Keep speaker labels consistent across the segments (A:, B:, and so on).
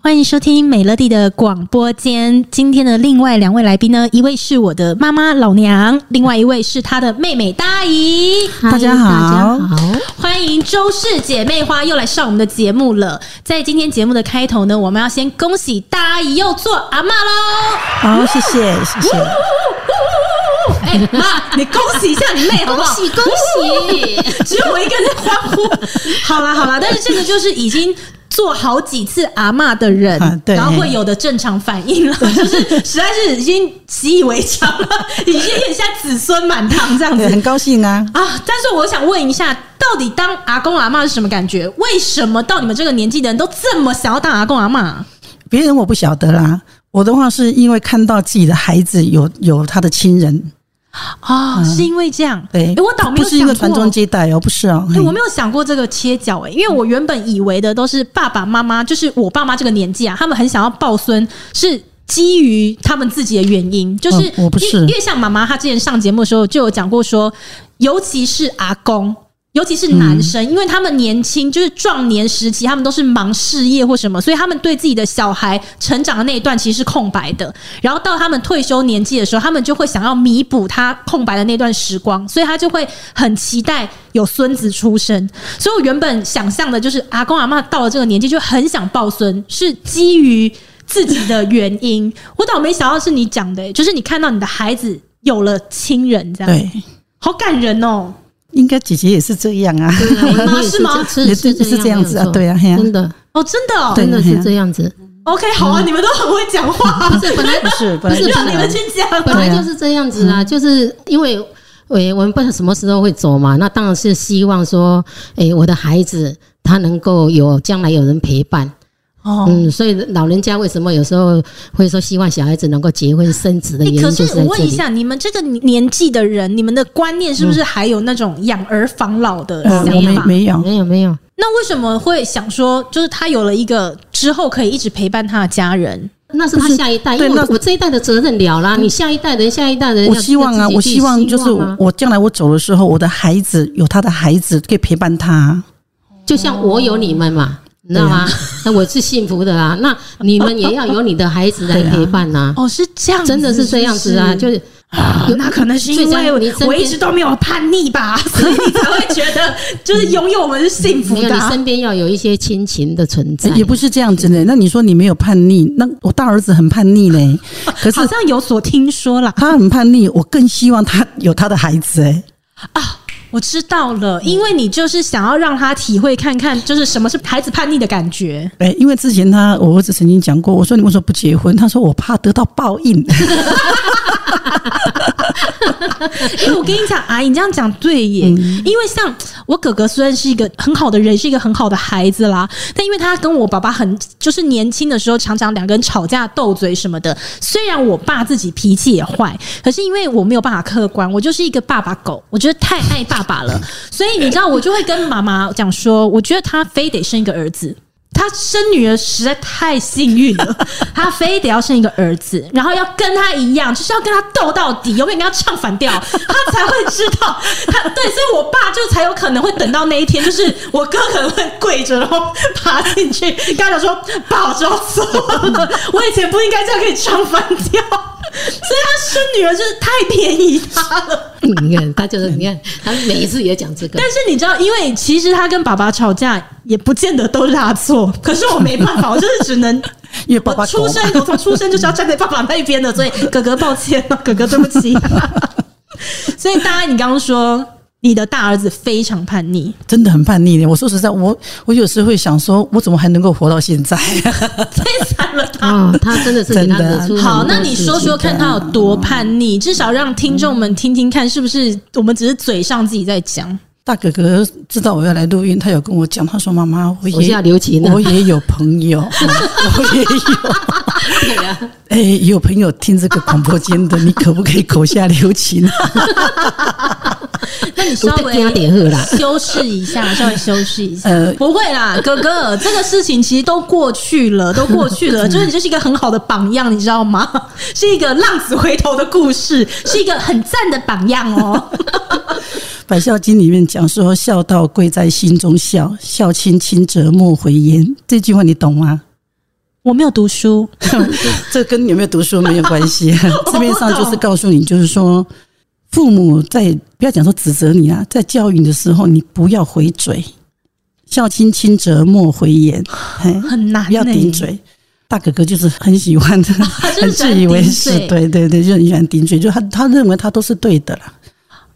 A: 欢迎收听美乐蒂的广播间。今天的另外两位来宾呢，一位是我的妈妈老娘，另外一位是她的妹妹大姨。
B: 大家好
C: 大家好，
A: 欢迎周氏姐妹花又来上我们的节目了。在今天节目的开头呢，我们要先恭喜大姨又做阿嬷喽！
B: 好，谢谢谢谢，
A: 哎、妈，你恭喜一下你妹好不
C: 恭
A: 好？
C: 喜恭喜！
A: 只有我一个人在欢呼。好啦好啦，但是这个就是已经。做好几次阿嬷的人，
B: 啊对
A: 然后会有的正常反应 了，就是实在是已经习以为常了，已经有点像子孙满堂这样子
B: 对，很高兴啊。
A: 啊。但是我想问一下，到底当阿公阿嬷是什么感觉？为什么到你们这个年纪的人都这么想要当阿公阿嬷？
B: 啊别人我不晓得啦，我的话是因为看到自己的孩子有有他的亲人，
A: 哦，是因为这样？
B: 对，
A: 诶我倒没有
B: 不是因为
A: 想
B: 传
A: 过
B: 宗接代哦，不是哦，
A: 哎、
B: 嘿
A: 我没有想过这个切角哎、因为我原本以为的都是爸爸妈妈，就是我爸妈这个年纪啊，他们很想要抱孙，是基于他们自己的原因，就是、
B: 嗯我不是
A: 因为因为像妈妈她之前上节目的时候就有讲过说，尤其是阿公。尤其是男生，
B: 嗯
A: 因为他们年轻，就是壮年时期，他们都是忙事业或什么，所以他们对自己的小孩成长的那一段其实是空白的。然后到他们退休年纪的时候，他们就会想要弥补他空白的那段时光，所以他就会很期待有孙子出生。所以我原本想象的就是阿公阿嬷到了这个年纪就很想抱孙，是基于自己的原因。我倒没想到是你讲的、欸就是你看到你的孩子有了亲人这样，
B: 对，
A: 好感人哦。
B: 应该姐姐也是这样啊。
A: 妈 是吗
C: 是
B: 也
C: 是
B: 对是这样子啊
C: 没有错
B: 对啊嘿啊
C: 真的
A: 哦，真的哦，
B: 对啊
C: 真的是这样子，
B: 嗯
A: OK，好啊，你们都很会讲话，
C: 不是 嗯本来
B: 不是，
C: 不
B: 本
C: 是
B: 来
A: 让你们去讲。
C: 本来就是这样子
B: 嗯
C: 啊，就是因为。诶，我们不知道什么时候会走嘛，那当然是希望说，诶，我的孩子他能够有将来有人陪伴，
A: 哦，
C: 嗯，所以老人家为什么有时候会说希望小孩子能够结婚生子的
A: 欸
C: 原因
A: 可
C: 就是是在
A: 我问
C: 这
A: 一
C: 里。
A: 下，你们这个年纪的人，你们的观念是不是还有那种养儿防老的
B: 呃，
A: 想
B: 我没
A: 法？
B: 没有，
C: 嗯没有没
B: 哦
C: 有，
A: 那为什么会想说，就是他有了一个之后可以一直陪伴他的家人？
C: 那是他下一代，因
B: 对
C: 为我
B: 那
C: 我这一代的责任了啦，你下一代人下一代人要
B: 我
C: 自己去，
B: 希望啊，我希望就是
C: 啊
B: 我将来我走的时候，我的孩子有他的孩子可以陪伴他。
C: 就像我有你们嘛，你
A: 啊
C: 知道吗？ 那我是幸福的啊，那你们也要有你的孩子来陪伴呐、
A: 哦，是这样子，
C: 真的是这样子啊，
A: 是不
C: 就是是
A: 啊那可能是因
C: 最佳你
A: 为
C: 身边
A: 我一直都没有叛逆 吧，所以你才会觉得就是拥有我们是幸福
C: 没有
A: 的
C: 你
A: 啊。
C: 身边要有一些亲情的存在，
A: 哎
B: 也不是这样子的。那你说你没有叛逆？那我大儿子很叛逆嘞，可是
A: 好像有所听说啦，
B: 他很叛逆，我更希望他有他的孩子、欸。
A: 我知道了，因为你就是想要让他体会看看，就是什么是孩子叛逆的感觉。
B: 哎、因为之前他我儿子曾经讲过，我说你为什么不结婚？他说我怕得到报应。
A: 因为哎我跟你讲，阿姨，你这样讲对耶。因为像我哥哥虽然是一个很好的人，是一个很好的孩子啦，但因为他跟我爸爸很就是年轻的时候，常常两个人吵架、斗嘴什么的。虽然我爸自己脾气也坏，可是因为我没有办法客观，我就是一个爸爸狗，我觉得太爱爸爸了，所以你知道，我就会跟妈妈讲说，我觉得他非得生一个儿子。他生女儿实在太幸运了， 他非得要生一个儿子，然后要跟他一样，就是要跟他斗到底，永远跟他唱反调，他才会知道他对，所以我爸就才有可能会等到那一天，就是我哥可能会跪着，然后爬进去，跟他讲说：“爸，我知道错了，我以前不应该这样跟你唱反调。” 所以他生女儿就是太便宜他了。
C: 你看他 就是你看他每一次也讲这个
A: 但，是你知道，因为其实他跟爸爸吵架也不见得都是他错，可是我没办法，我就是只能
B: 因为爸爸
A: 我出
B: 狗
A: 生，我从出生就是要站在爸爸那一边的，所以哥哥抱 歉了，哥哥对不起、所以大家，你刚刚说你的大儿子非常叛逆，
B: 真的很叛逆的。我说实在，我我有时会想说，我怎么还能够活到现在？
A: 太惨了他。
C: 哦，他真的是给他
B: 真的
C: 惹出很多
A: 啊好，那你说说
C: 事情
A: 看他有多叛逆，至少让听众们听听看，是不是我们只是嘴上自己在讲？
B: 大哥哥知道我要来录音，他有跟我讲，他说：“妈妈，我
C: 我现
B: 也
C: 在留情了
B: 我也有朋友， 我也有，
C: 对啊，
B: 哎、有朋友听这个广播间的，你可不可以口下留情？
A: 那你稍
C: 有点
A: 微
C: 点喝啦，
A: 修饰一下，稍微修饰一下。
B: 呃
A: 不会啦，哥哥，这个事情其实都过去 了，都过去了。就是你就是一个很好的榜样，你知道吗？ 是一个浪子回头的故事，是一个很赞的榜样哦。
B: 百孝经》里面讲说“孝道贵在心中孝，孝亲亲者莫回焉”这句话，你懂吗？
A: 我没有读书，
B: 这跟你有没有读书没有关系，字面上就是告诉你，就是说父母在不要讲说指责你啊，在教育你的时候，你不要回嘴，孝亲亲者莫回言，嘿，
A: 很难、欸，
B: 不要顶嘴。大哥哥就是很喜欢 的，
A: 啊
B: 很自以为是，对对对，就很喜欢顶嘴，就他他认为他都是对的啦。
A: 哦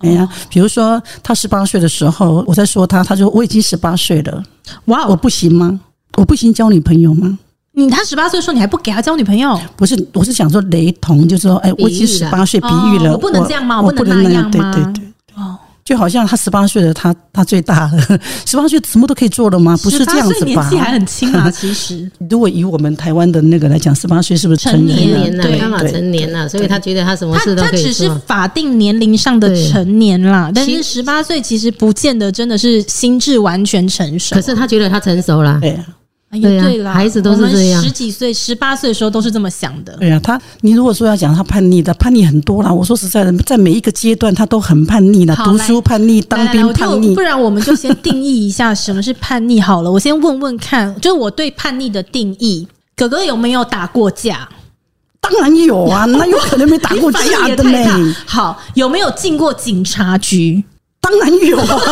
B: 哎呀，比如说他十八岁的时候，我在说他，他就我已经十八岁了，
A: 哇、哦
B: 我不行吗？我不行交女朋友吗？
A: 你他十八岁的时候，你还不给他交女朋友？
B: 不是，我是想说雷同，就是说，哎，我已经
C: 比喻
B: 十
C: 啦
B: 八岁，比喻
A: 哦
B: 了，
A: 我不能这样吗
B: 我
A: 我不能
B: 那
A: 那
B: 样，
A: 样
B: 对
A: 吗
B: 对对。
A: 哦，
B: 就好像他十八岁了，他他最大了， 十八岁什么都可以做了吗？不是这样
A: 18岁
B: 子吧
A: 年？纪还很轻 嘛，其实
B: 如果以我们台湾的那个来讲，十八岁是不是成
A: 成
C: 成
B: 了？
C: 年了，
A: 对
C: 他嘛
B: 对
C: 成年了，所以他觉得他什么
A: 他
C: 事都
A: 他
C: 可以
A: 只是
C: 做。
A: 法定年龄上的
C: 对
A: 成年啦，但是
C: 其
A: 十八岁其实不见得真的是心智完全成熟。
C: 可是他觉得他成熟了，
B: 对啊，
A: 哎呀
C: 对啊
A: 对啦，
C: 孩子都是这样
A: 我们十几岁、十八岁的时候都是这么想的。
B: 对啊，他你如果说要讲他叛逆的，叛逆很多啦。我说实在的，在每一个阶段他都很叛逆的，
A: 好
B: 读书叛逆，当
A: 来来来
B: 兵
A: 我就
B: 叛逆
A: 不。然我们就先定义一下什么是叛逆好了。我 先问问看，就是我对叛逆的定义。哥哥有没有打过架？
B: 当然 有啊，那有可能没打过
A: 反应
B: 架
A: 也
B: 的
A: 太大
B: 呢？。
A: 好，有没有进过警察 局？
B: 当然有 啊。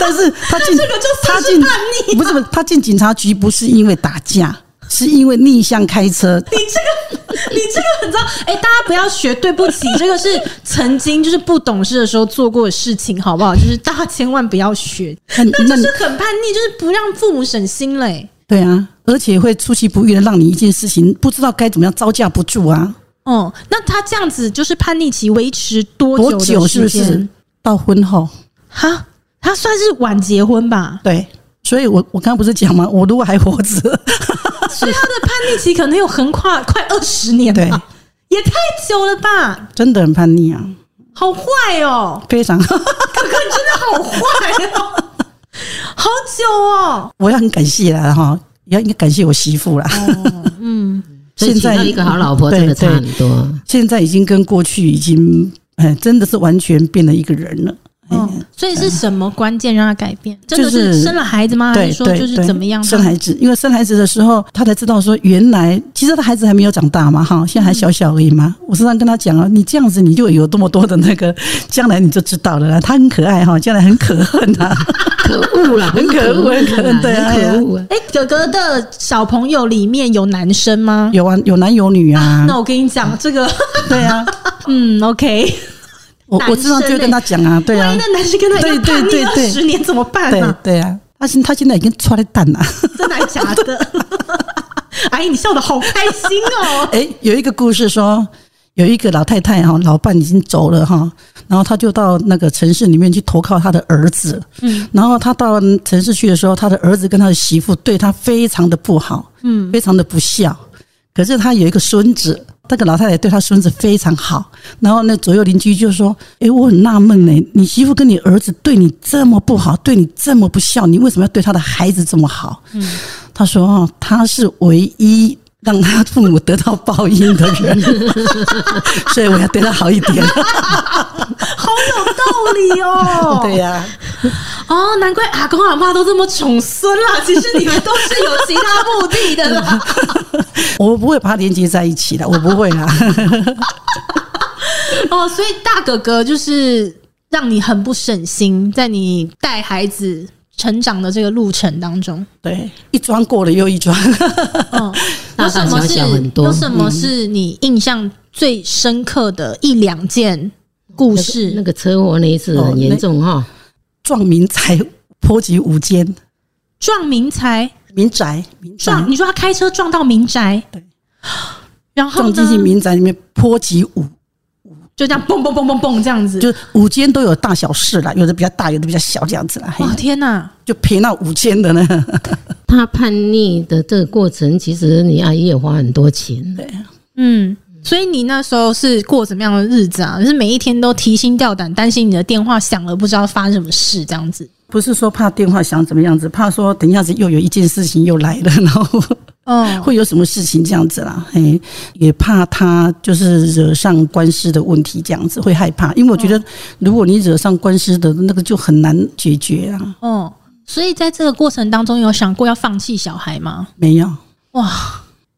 B: 但是他进
A: 这个就
B: 他
A: 算是
B: 进
A: 叛逆啊
B: 不是不是他进警察局不是因为打架，是因为逆向 开车。
A: 你这个，你这个很糟。哎、大家不要学，对不起，这个是曾经就是不懂事的时候做过的事情，好不好？就是大家千万不要学，
B: 那
A: 那就
B: 那
A: 是很叛逆，就是不让父母省心嘞、
B: 对啊，而且会出其不意的让你一件事情不知道该怎么样招架不住啊，
A: 哦、那他这样子就是叛逆期维持多
B: 多
A: 久
B: 久
A: 的
B: 是不
A: 时
B: 是
A: 间？？
B: 到婚后，
A: 哈，他算是晚结婚吧，
B: 对，所以我我刚刚不是讲吗？我如果还 活着，
A: 所以他的叛逆期可能有横 跨快二十年
B: 对，
A: 吧，也太久了吧，
B: 真的很叛逆啊，
A: 好坏 哦，
B: 非常。
A: 哥哥你真的好坏哦， 好久哦，
B: 我要很感谢啦哈，也要应该感谢我媳妇啦。
A: 嗯，
C: 所以
B: 现
C: 娶
B: 在
C: 到一个好老婆
B: 对
C: 真的差
B: 对
C: 很多。
B: 现在已经跟过去已经，哎，真的是完全变了一个人了。
A: 哦，所以是什么关键让他改变？真的
B: 哎就是是
A: 生了孩子吗？还
B: 对
A: 是说
B: 对
A: 就是
B: 对
A: 怎么样？
B: 生孩子，因为生孩子的时候，他才知道说，原来其实他孩子还没有长大嘛，哈，现在还小小而已嘛。我时常跟他讲啊，你这样子你就有这么多的那个，将来你就知道了啦。他很可爱哈，将来很可恨啊，
C: 可恶了，
B: 很可恶很可恶
C: 啦
B: 对啊
C: 很可恶啊。
A: 哎、哥哥的小朋友里面有男生吗？
B: 有啊，有男有女啊，
A: 那我跟你讲，这个，
B: 对啊，
A: 嗯，OK。
B: 我
A: 男
B: 我时常就会跟他讲啊，对
A: 万
B: 啊
A: 一，那男生跟他一样
B: 对
A: 叛逆
B: 对
A: 二
B: 对
A: 十年怎么办
B: 对
A: 呢、啊？
B: 对啊，他现他现在已经出来蛋了。
A: 真的还假的？ 阿姨，你笑得好开心 哦！
B: 哎，有一个故事说，有一个老太太哈，老伴已经走了哈，然后她就到那个城市里面去投靠她的儿子。嗯，然后她到城市去的时候，她的儿子跟她的媳妇对她非常的不好，嗯，非常的不孝。可是她有一个孙子，那个老太太对她孙子非常好。然后那左右邻居就说：“哎，我很纳闷呢、你媳妇跟你儿子对你这么不好，对你这么不孝，你为什么要对她的孩子这么好？”嗯，她说：“哦，她是唯一。”让她父母得到报应的人，所以我要对她好一点。
A: 好有道理 哦。
B: 对呀、
A: 哦，难怪阿公阿妈都这么宠孙 啦。其实你们都是有其他目的的啦。
B: 我不会把它连接在一起的，我不会啦。
A: 哦，所以大哥哥就是让你很不省心，在你带孩子成长的这个路程当 中，
B: 对，一桩过了又一桩。
A: 嗯，有
C: 大
A: 什
C: 大
A: 么
C: 小
A: 是
C: 小很多嗯
A: 有什么是你印象最深刻的一两件故事？
C: 那个车祸那一次
B: 哦
C: 很
B: 那
C: 严重哈，
B: 撞民宅，波及五间，
A: 撞民宅，
C: 嗯
B: 民宅，民宅
A: 撞你说他开车撞到民宅，
B: 对，
A: 然后
B: 撞进去
A: 呢，
B: 民宅里面，波及五，
A: 就这样蹦蹦蹦蹦蹦这样子，
B: 就五间都有大小事啦，有的比较大，有的比较小，这样子啦，嘿
A: 哇天哪！
B: 就赔那五间的呢。
C: 他叛逆的这个过程，其实你阿姨也花很多钱，
B: 对，
A: 嗯，所以你那时候是过怎么样的日子啊？就是每一天都提心吊胆，担心你的电话响了，不知道发生什么事这样子。
B: 不是说怕电话响怎么样子，怕说等一下子又有一件事情又来了，然 后
A: 哦，
B: 会有什么事情这样子啦，嘿，也怕他就是惹上官司的问题这样子，会害怕，因为我觉
A: 哦
B: 得如果你惹上官司的那个就很难解决啊，
A: 哦，所以在这个过程当中，有想过要放弃小孩吗？
B: 没有，
A: 哇，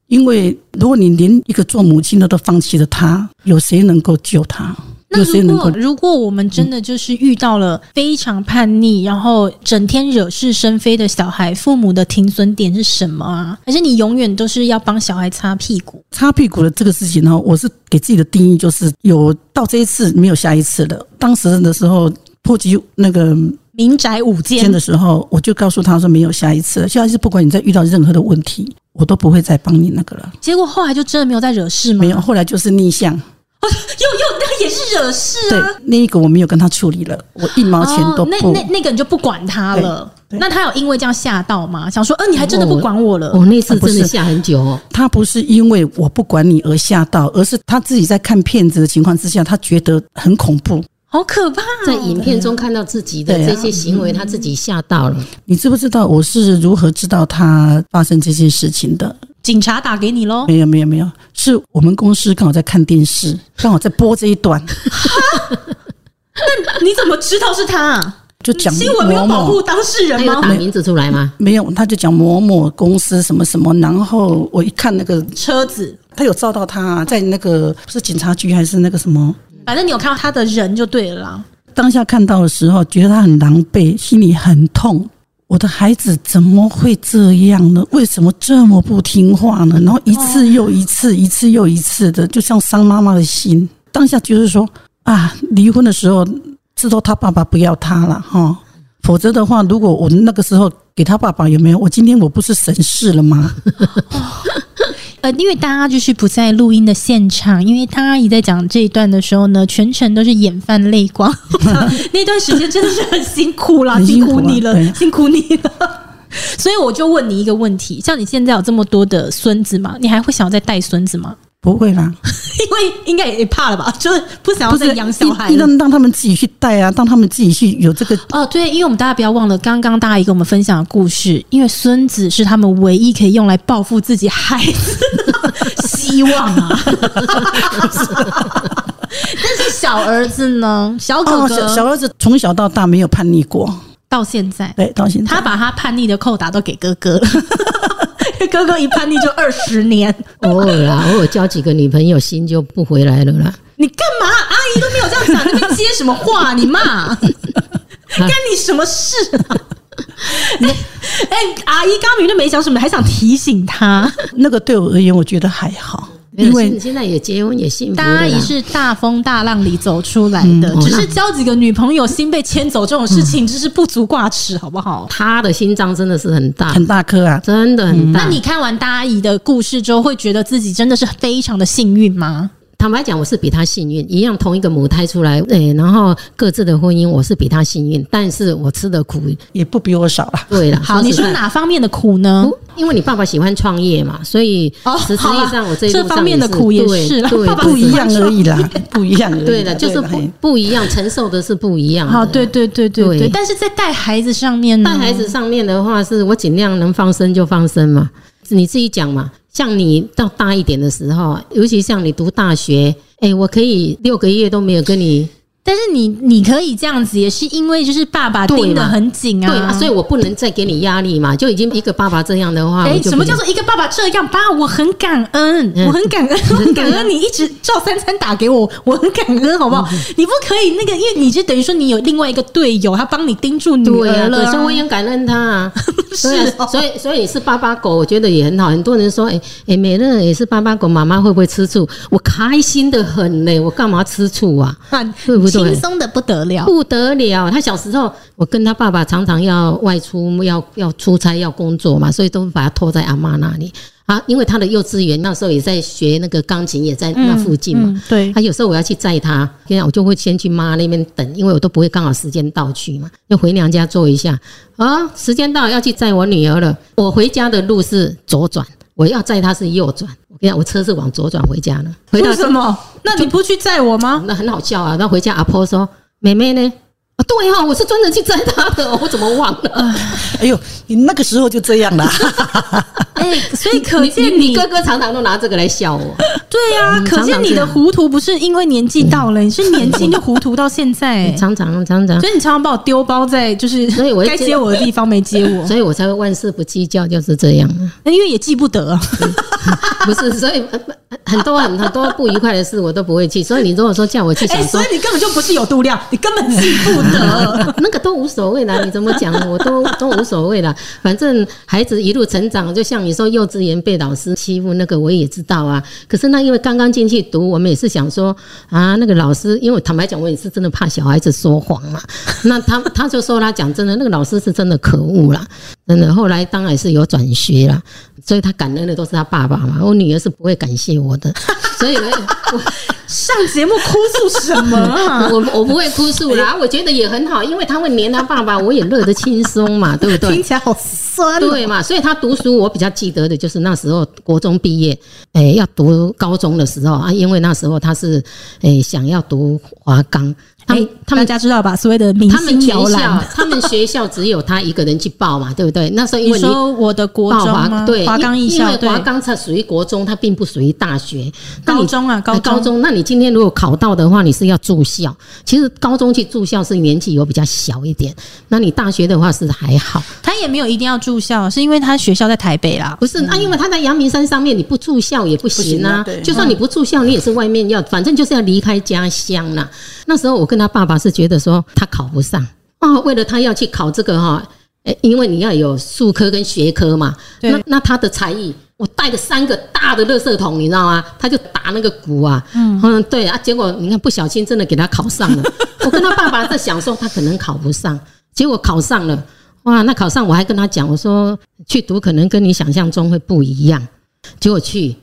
B: 因为如果你连一个做母亲的都放弃了他，有谁能够救他？有
A: 那
B: 谁
A: 如
B: 能
A: 果
B: 够？
A: 如果我们真的就是遇到了非常叛逆，然后整天惹是生非的小孩，父母的停损点是什么啊？还是你永远都是要帮小孩擦屁股？
B: 擦屁股的这个事情呢，我是给自己的定义就是有到这一次没有下一次了。当时的时候破及那个
A: 民宅五
B: 签
A: 间
B: 的时候，我就告诉他说没有下一次了，下一次不管你再遇到任何的问题，我都不会再帮你那个了。
A: 结果后来就真的没有再惹事吗？
B: 没有，后来就是逆向，
A: 又又那也是惹事
B: 对
A: 啊。
B: 那一个我没有跟他处理了，我一毛钱都
A: 哦，那
B: 不。
A: 那那个你就不管他了。
B: 对对
A: 那他有因为这样吓到吗？想说，呃，你还真的不管我了？
C: 我哦那次
B: 啊不
C: 真
B: 是
C: 的下很久哦，
B: 他不是因为我不管你而吓到，而是他自己在看片子的情况之下，他觉得很恐怖。
A: 好可怕、哦！
C: 在影片中看到自己的
B: 对啊嗯
C: 这些行为，他自己吓到了。
B: 你知不知道我是如何知道他发生这件事情的？
A: 警察打给你喽。
B: 没有，没有，没有，是我们公司刚好在看电视，刚好在播这一段，
A: 你怎么知道是他、啊？
B: 就讲
A: 新闻没有
B: 某
A: 保护
B: 某。
A: 当事人
C: 他有
A: 吗？
C: 打名字出来吗？
B: 没有，他就讲某某公司什么什么，然后我一看那个，
A: 车子，
B: 他有照到他啊在那个是警察局还是那个什么，
A: 反正你有看到他的人就对了啦。
B: 当下看到的时候，觉得他很狼狈，心里很痛。我的孩子怎么会这样呢？为什么这么不听话呢？然后一次又一
A: 哦
B: 次，一次又一次的，就像伤妈妈的心。当下就是说啊，离婚的时候知道他爸爸不要他了哈、否则的话，如果我那个时候给他爸爸有没有？我今天我不是神事了吗？
A: 呃，因为大家就是不在录音的现场，因为他阿姨在讲这一段的时候呢，全程都是眼泛泪光。 那段时间真的是很辛苦啦，
B: 很
A: 辛
B: 辛
A: 苦
B: 苦啊
A: 你了，
B: 对
A: 辛苦你了。所以我就问你一个问题：像你现在有这么多的孙子嘛，你还会想要再带孙子吗？
B: 不会啦，
A: 因为应该也怕了吧，就是不想
B: 不
A: 要
B: 是
A: 再养小孩
B: 一一
A: 了。
B: 让让他们自己去带啊，让他们自己去有这个
A: 哦，对，因为我们大家不要忘了，刚刚大阿姨跟我们分享的故事，因为孙子是他们唯一可以用来报复自己孩子的希望 啊。但是小儿子呢，小哥
B: 哦，
A: 哥、
B: 小小儿子从小到大没有叛逆过，
A: 到现在，
B: 对，到现在
A: 他把他叛逆的扣打都给哥哥 了，因为哥哥一叛逆就二十年。
C: 偶尔啦， 偶尔交几个女朋友，心就不回来了啦。
A: 你干嘛？阿姨都没有这样讲，你在那边接什么 话？你骂，干你什么事啊？ 哎、哎阿姨刚明明就没讲什么，还想提醒他。
B: 那个对我而言，我觉得还好，
C: 没有
B: 因为
C: 现现在也结婚也幸福
A: 大
C: 了啦
A: 阿姨是大风大浪里走出来的，
C: 嗯哦
A: 只是交几个女朋友心被牵走这种事情，就是不足挂齿，好不好？
C: 她的心脏真的是很大，
B: 很大颗啊。
C: 真的很大。
A: 那你看完大阿姨的故事之后，会觉得自己真的是非常的幸运吗？
C: 坦白讲，我是比她幸运，一样同一个母胎出来，对，然后各自的婚姻，我是比她幸运，但是我吃的苦，
B: 也不比我少啊了。
C: 对 了。
A: 好，你
C: 实在
A: 说？哦哪方面的苦呢？
C: 不因为你爸爸喜欢创业嘛，所以
A: 哦
C: 实际
A: 好啦
C: 上我这一
A: 这
C: 路
A: 方
C: 上
A: 面的苦也
C: 对
A: 是啦
C: 对
A: 爸爸
B: 不一样
A: 喜欢
B: 而已啦， 不一样而已啦。
C: 对了，就是
B: 对啦哎
C: 不
B: 嘿
C: 不一样，承受的是不一样的。
A: 好，对对对对对，
C: 对
A: 但是在带孩子上面呢，
C: 带孩子上面的话，是我尽量能放生就放生嘛，你自己讲嘛。像你到大一点的时候，尤其像你读大学，哎、我可以六个月都没有跟你、
A: 但是你你可以这样子，也是因为就是爸爸
C: 对嘛
A: 盯得很紧啊。
C: 对啊，所以我不能再给你压力嘛。就已经一个爸爸这样的话，
A: 哎、
C: 我就
A: 什
C: 不
A: 么
C: 能
A: 叫做一个爸爸这样？爸，我很感恩，
C: 嗯
A: 我很感恩，我很感恩你一直照三餐打给我， 我很感恩，好不好？
C: 嗯
A: 你不可以那个，因为你就等于说你有另外一个队友，他帮你盯住女
C: 对
A: 儿
C: 啊，
A: 了
C: 对，
A: 啊、
C: 所以我也感恩 他啊。
A: 是
C: 对啊
A: 哦
C: 所以所以你是爸爸狗，我觉得也很好。很多人说，哎、哎，美乐也是爸爸狗，妈妈会不会吃醋？我开心的很呢、我干嘛吃醋啊？
A: 啊
C: 对不对
A: 轻松的不得了。
C: 不得了！他小时候，我跟他爸爸常常要外出，要要出差，要工作嘛，所以都把他托在阿妈那里啊。因为他的幼稚园那时候也在学那个钢琴，也在那附近嘛。啊
A: 嗯对，
C: 他有时候我要去载他，这样我就会先去妈那边等，因为我都不会刚好时间到去嘛，要回娘家坐一下。啊，时间到要去载我女儿了，我回家的路是左转。我要载他是右转，我跟你讲，我车是往左转回家呢。回到
A: 为什么？那你不去载我 吗？
C: 那很好笑啊！那回家阿婆说：“妹妹呢？”啊，对哈、哦，我是专程去载她的， 我怎么忘了？
B: 哎呦，你那个时候就这样啦，
A: 哎、 所以可见
C: 你哥哥常常都拿这个来笑我。
A: 对呀、
C: 嗯
A: 可
C: 常
A: 见
C: 常
A: 你
C: 这
A: 的
C: 样
A: 糊涂不是因为年纪到了，你是年轻就糊涂到现在、哎
C: 常常常常
A: 所，以你常常把我丢包在就是
C: 所以我会
A: 该接
C: 接
A: 我的地方没接我，
C: 所以我才会万事不计较，就是这样啊。
A: 因为也记不得。
C: 不是，所以呃很多很很多不愉快的事我都不会记。所以你如果说叫我去
A: 哎、
C: 想说
A: 所
C: 啊
A: 以你根本就不是有度量，你根本记不 得。
C: 那个都无所谓啦，你怎么讲我都都无所 谓啦。反正孩子一路成长，就像你说幼稚园被老师欺负那个我也知道啊。可是那因为刚刚进去读，我们也是想说啊，那个老师，因为坦白讲，我也是真的怕小孩子说谎 嘛。那他他就说啦，讲真的，那个老师是真的可恶啦，真的。后来当然是有转学啦，所以他感恩的都是他爸爸嘛，我女儿是不会感谢我的，所以呢。我
A: 上节目哭诉什么啊？
C: 我我不会哭 诉啦，我觉得也很好，因为他会黏他爸爸，我也乐得轻松嘛，对 不
B: 听
C: 对？
B: 起来好
A: 啊
B: 酸。啊
C: 对嘛，所以他读书，我比较记得的就是那时候国中毕业，诶、要读高中的时候啊，因为那时候他是诶、想要读华冈， 他们、
A: 哎
C: 他们
A: 大家知道吧？所谓的明
C: 他们
A: 星
C: 学
A: 摇
C: 校
A: 篮，
C: 他们学校只有他一个人去报嘛，对不对？那时候因
A: 你
C: 为你
A: 说我的国中吗？
C: 对，
A: 华冈艺
C: 因
A: 校，
C: 因为
A: 对
C: 华冈它属于国中，它并不属于大学。那你
A: 高中啊高
C: 哎
A: 中
C: 高中，那你今天如果考到的话，你是要住校。其实高中去住校是年纪有比较小一点，那你大学的话是还好，
A: 他也没有一定要住校，是因为他学校在台北啦。
C: 不是？那、因为他在阳明山上面，你不住校也不行啊。
B: 不行啊对
C: 就算你不住校，你也是外面要，反正就是要离开家乡啦。那时候我跟他爸爸是觉得说他考不上啊、为了他要去考这个哈、诶因为你要有术科跟学科嘛。
A: 对
C: 那那他的才艺，我带了三个大的垃圾桶，你知道吗？他就打那个鼓啊，嗯对啊，结果你看不小心真的给他考上 了。我跟他爸爸在想说他可能考不上，结果考上了。哇，那考上我还跟他讲，我说去读可能跟你想象中会不一样。结果去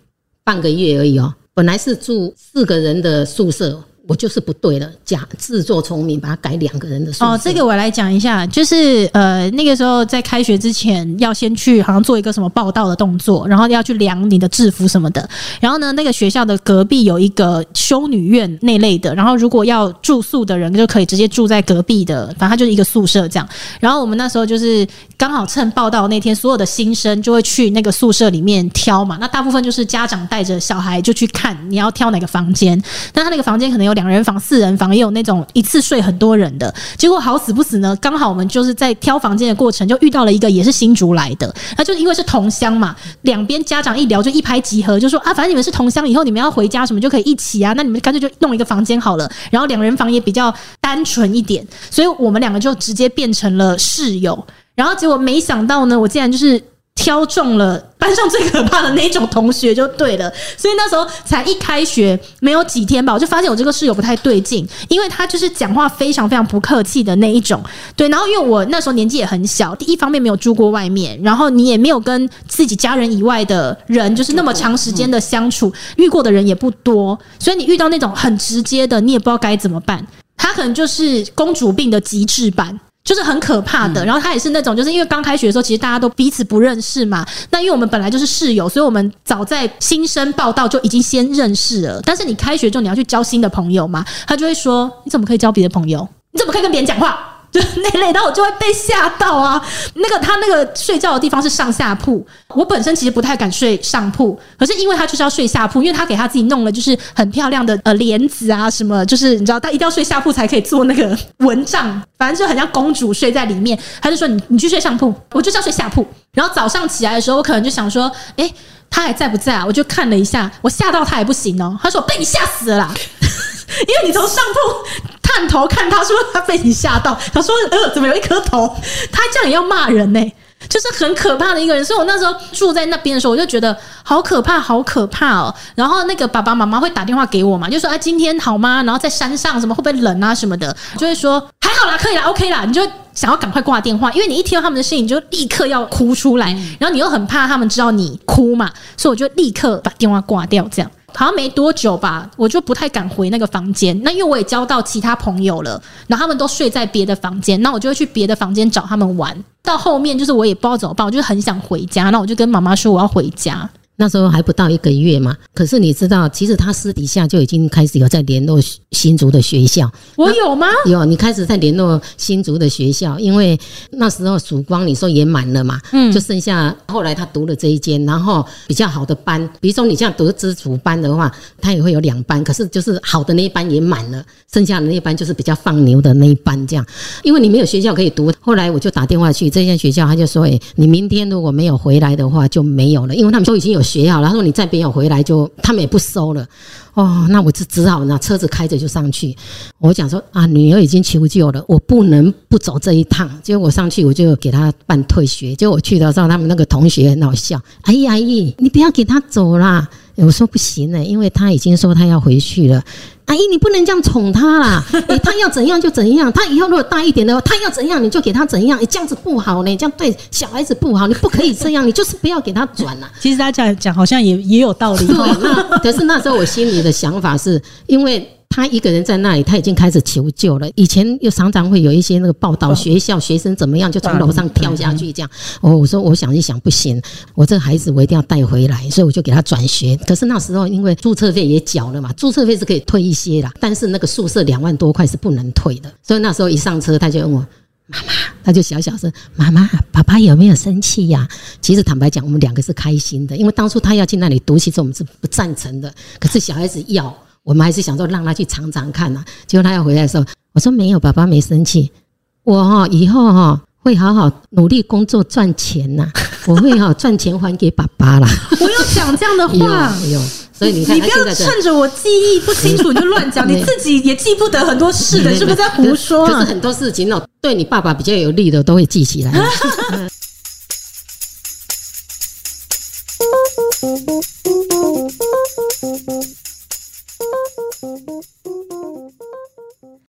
C: 半个月而已哦，本来是住四个人的宿舍，我就是不对了，假自作聪明把它改两个人的宿舍。
A: 哦，这个我来讲一下，就是呃，那个时候在开学之前要先去好像做一个什么报道的动作，然后要去量你的制服什么的。然后呢，那个学校的隔壁有一个修女院那类的，然后如果要住宿的人就可以直接住在隔壁的，反正它就是一个宿舍这样。然后我们那时候就是刚好趁报道那天，所有的新生就会去那个宿舍里面挑嘛。那大部分就是家长带着小孩就去看你要挑哪个房间。那他那个房间可能有两人房、四人房，也有那种一次睡很多人的。结果好死不死呢，刚好我们就是在挑房间的过程就遇到了一个也是新竹来的，那就是因为是同乡嘛，两边家长一聊就一拍即合，就说啊，反正你们是同乡，以后你们要回家什么就可以一起啊，那你们干脆就弄一个房间好了。然后两人房也比较单纯一点，所以我们两个就直接变成了室友。然后结果没想到呢，我竟然就是。挑中了班上最可怕的那种同学就对了，所以那时候才一开学没有几天吧，我就发现我这个室友不太对劲，因为他就是讲话非常非常不客气的那一种。对，然后因为我那时候年纪也很小，第一方面没有住过外面，然后你也没有跟自己家人以外的人就是那么长时间的相处，遇过的人也不多，所以你遇到那种很直接的，你也不知道该怎么办。他可能就是公主病的极致版。就是很可怕的，然后他也是那种，就是因为刚开学的时候，其实大家都彼此不认识嘛。那因为我们本来就是室友，所以我们早在新生报道就已经先认识了。但是你开学之后，你要去交新的朋友嘛，他就会说：“你怎么可以交别的朋友？你怎么可以跟别人讲话？” 就那类，然后我就会被吓到啊！那个他那个睡觉的地方是上下铺，我本身其实不太敢睡上铺，可是因为他就是要睡下铺，因为他给他自己弄了就是很漂亮的呃帘子啊什么，就是你知道他一定要睡下铺才可以做那个蚊帐，反正就很像公主睡在里面。他就说你你去睡上铺，我就是要睡下铺。然后早上起来的时候，我可能就想说，诶，他还在不在啊？我就看了一下，我吓到他也不行哦。他说我被你吓死了啦。因为你从上铺探头看他，说他被你吓到，他说呃，怎么有一颗头？他这样也要骂人呢、就是很可怕的一个人。所以我那时候住在那边的时候，我就觉得好可怕，好可怕哦。然后那个爸爸妈妈会打电话给我嘛，就说啊，今天好吗？然后在山上什么会不会冷啊什么的，就会说还好啦，可以啦，OK 啦，你就。想要赶快挂电话，因为你一听到他们的事情，你就立刻要哭出来，然后你又很怕他们知道你哭嘛，所以我就立刻把电话挂掉，这样。好像没多久吧，我就不太敢回那个房间。那因为我也交到其他朋友了，然后他们都睡在别的房间，那我就会去别的房间找他们玩。到后面就是我也不知道怎么办，我就是很想回家，那我就跟妈妈说我要回家。
C: 那时候还不到一个月嘛。可是你知道，其实他私底下就已经开始有在联络新竹的学校，
A: 我有吗？
C: 有，你开始在联络新竹的学校，因为那时候曙光你说也满了嘛，嗯，就剩下后来他读了这一间，然后比较好的班，比如说你像读资主班的话，他也会有两班，可是就是好的那一班也满了，剩下的那一班就是比较放牛的那一班这样，因为你没有学校可以读。后来我就打电话去这间学校，他就说，哎、你明天如果没有回来的话就没有了，因为他们都已经有学好了，他说你再没有回来就他们也不收了。哦，那我就只好拿车子开着就上去。我讲说啊，女儿已经求救了，我不能不走这一趟。结果我上去，我就给她办退学。结果我去的时候，他们那个同学很好笑，阿姨阿姨，你不要给她走啦。我说不行呢、因为她已经说她要回去了。阿姨，你不能这样宠她啦！诶她要怎样就怎样。她以后如果大一点的话，她要怎样你就给她怎样。诶哎这样子不好呢，这样对小孩子不好，你不可以这样，你就是不要给她转啊啦。
A: 其实他讲讲好像也也有道理。
C: 对，那可是那时候我心里的想法是，因为他一个人在那里，他已经开始求救了。以前又常常会有一些那个报道，学校学生怎么样就从楼上跳下去这样。哦，我说我想一想，不行，我这个孩子我一定要带回来，所以我就给他转学。可是那时候因为注册费也缴了嘛，注册费是可以退一些啦，但是那个宿舍两万多块是不能退的。所以那时候一上车，他就问我。他就小小声：“妈妈，爸爸有没有生气呀、其实坦白讲，我们两个是开心的，因为当初他要进那里读，其实我们是不赞成的。可是小孩子要，我们还是想说让他去尝尝看啊。结果他要回来的时候，我说没有，爸爸没生气。我哈、以后哈、会好好努力工作赚钱 呐、我会哈、赚钱还给爸爸啦。
A: 我有讲这样的 话。
C: 有有，所以你看
A: 你
C: 他
A: 不
C: 现
A: 要
C: 在这样
A: 趁着我记忆不清楚就乱 讲，你自己也记不得很多事 的，是不是在胡说
C: 可是
A: 啊？
C: 很多事情哦，对你爸爸比较有利的，都会记起来。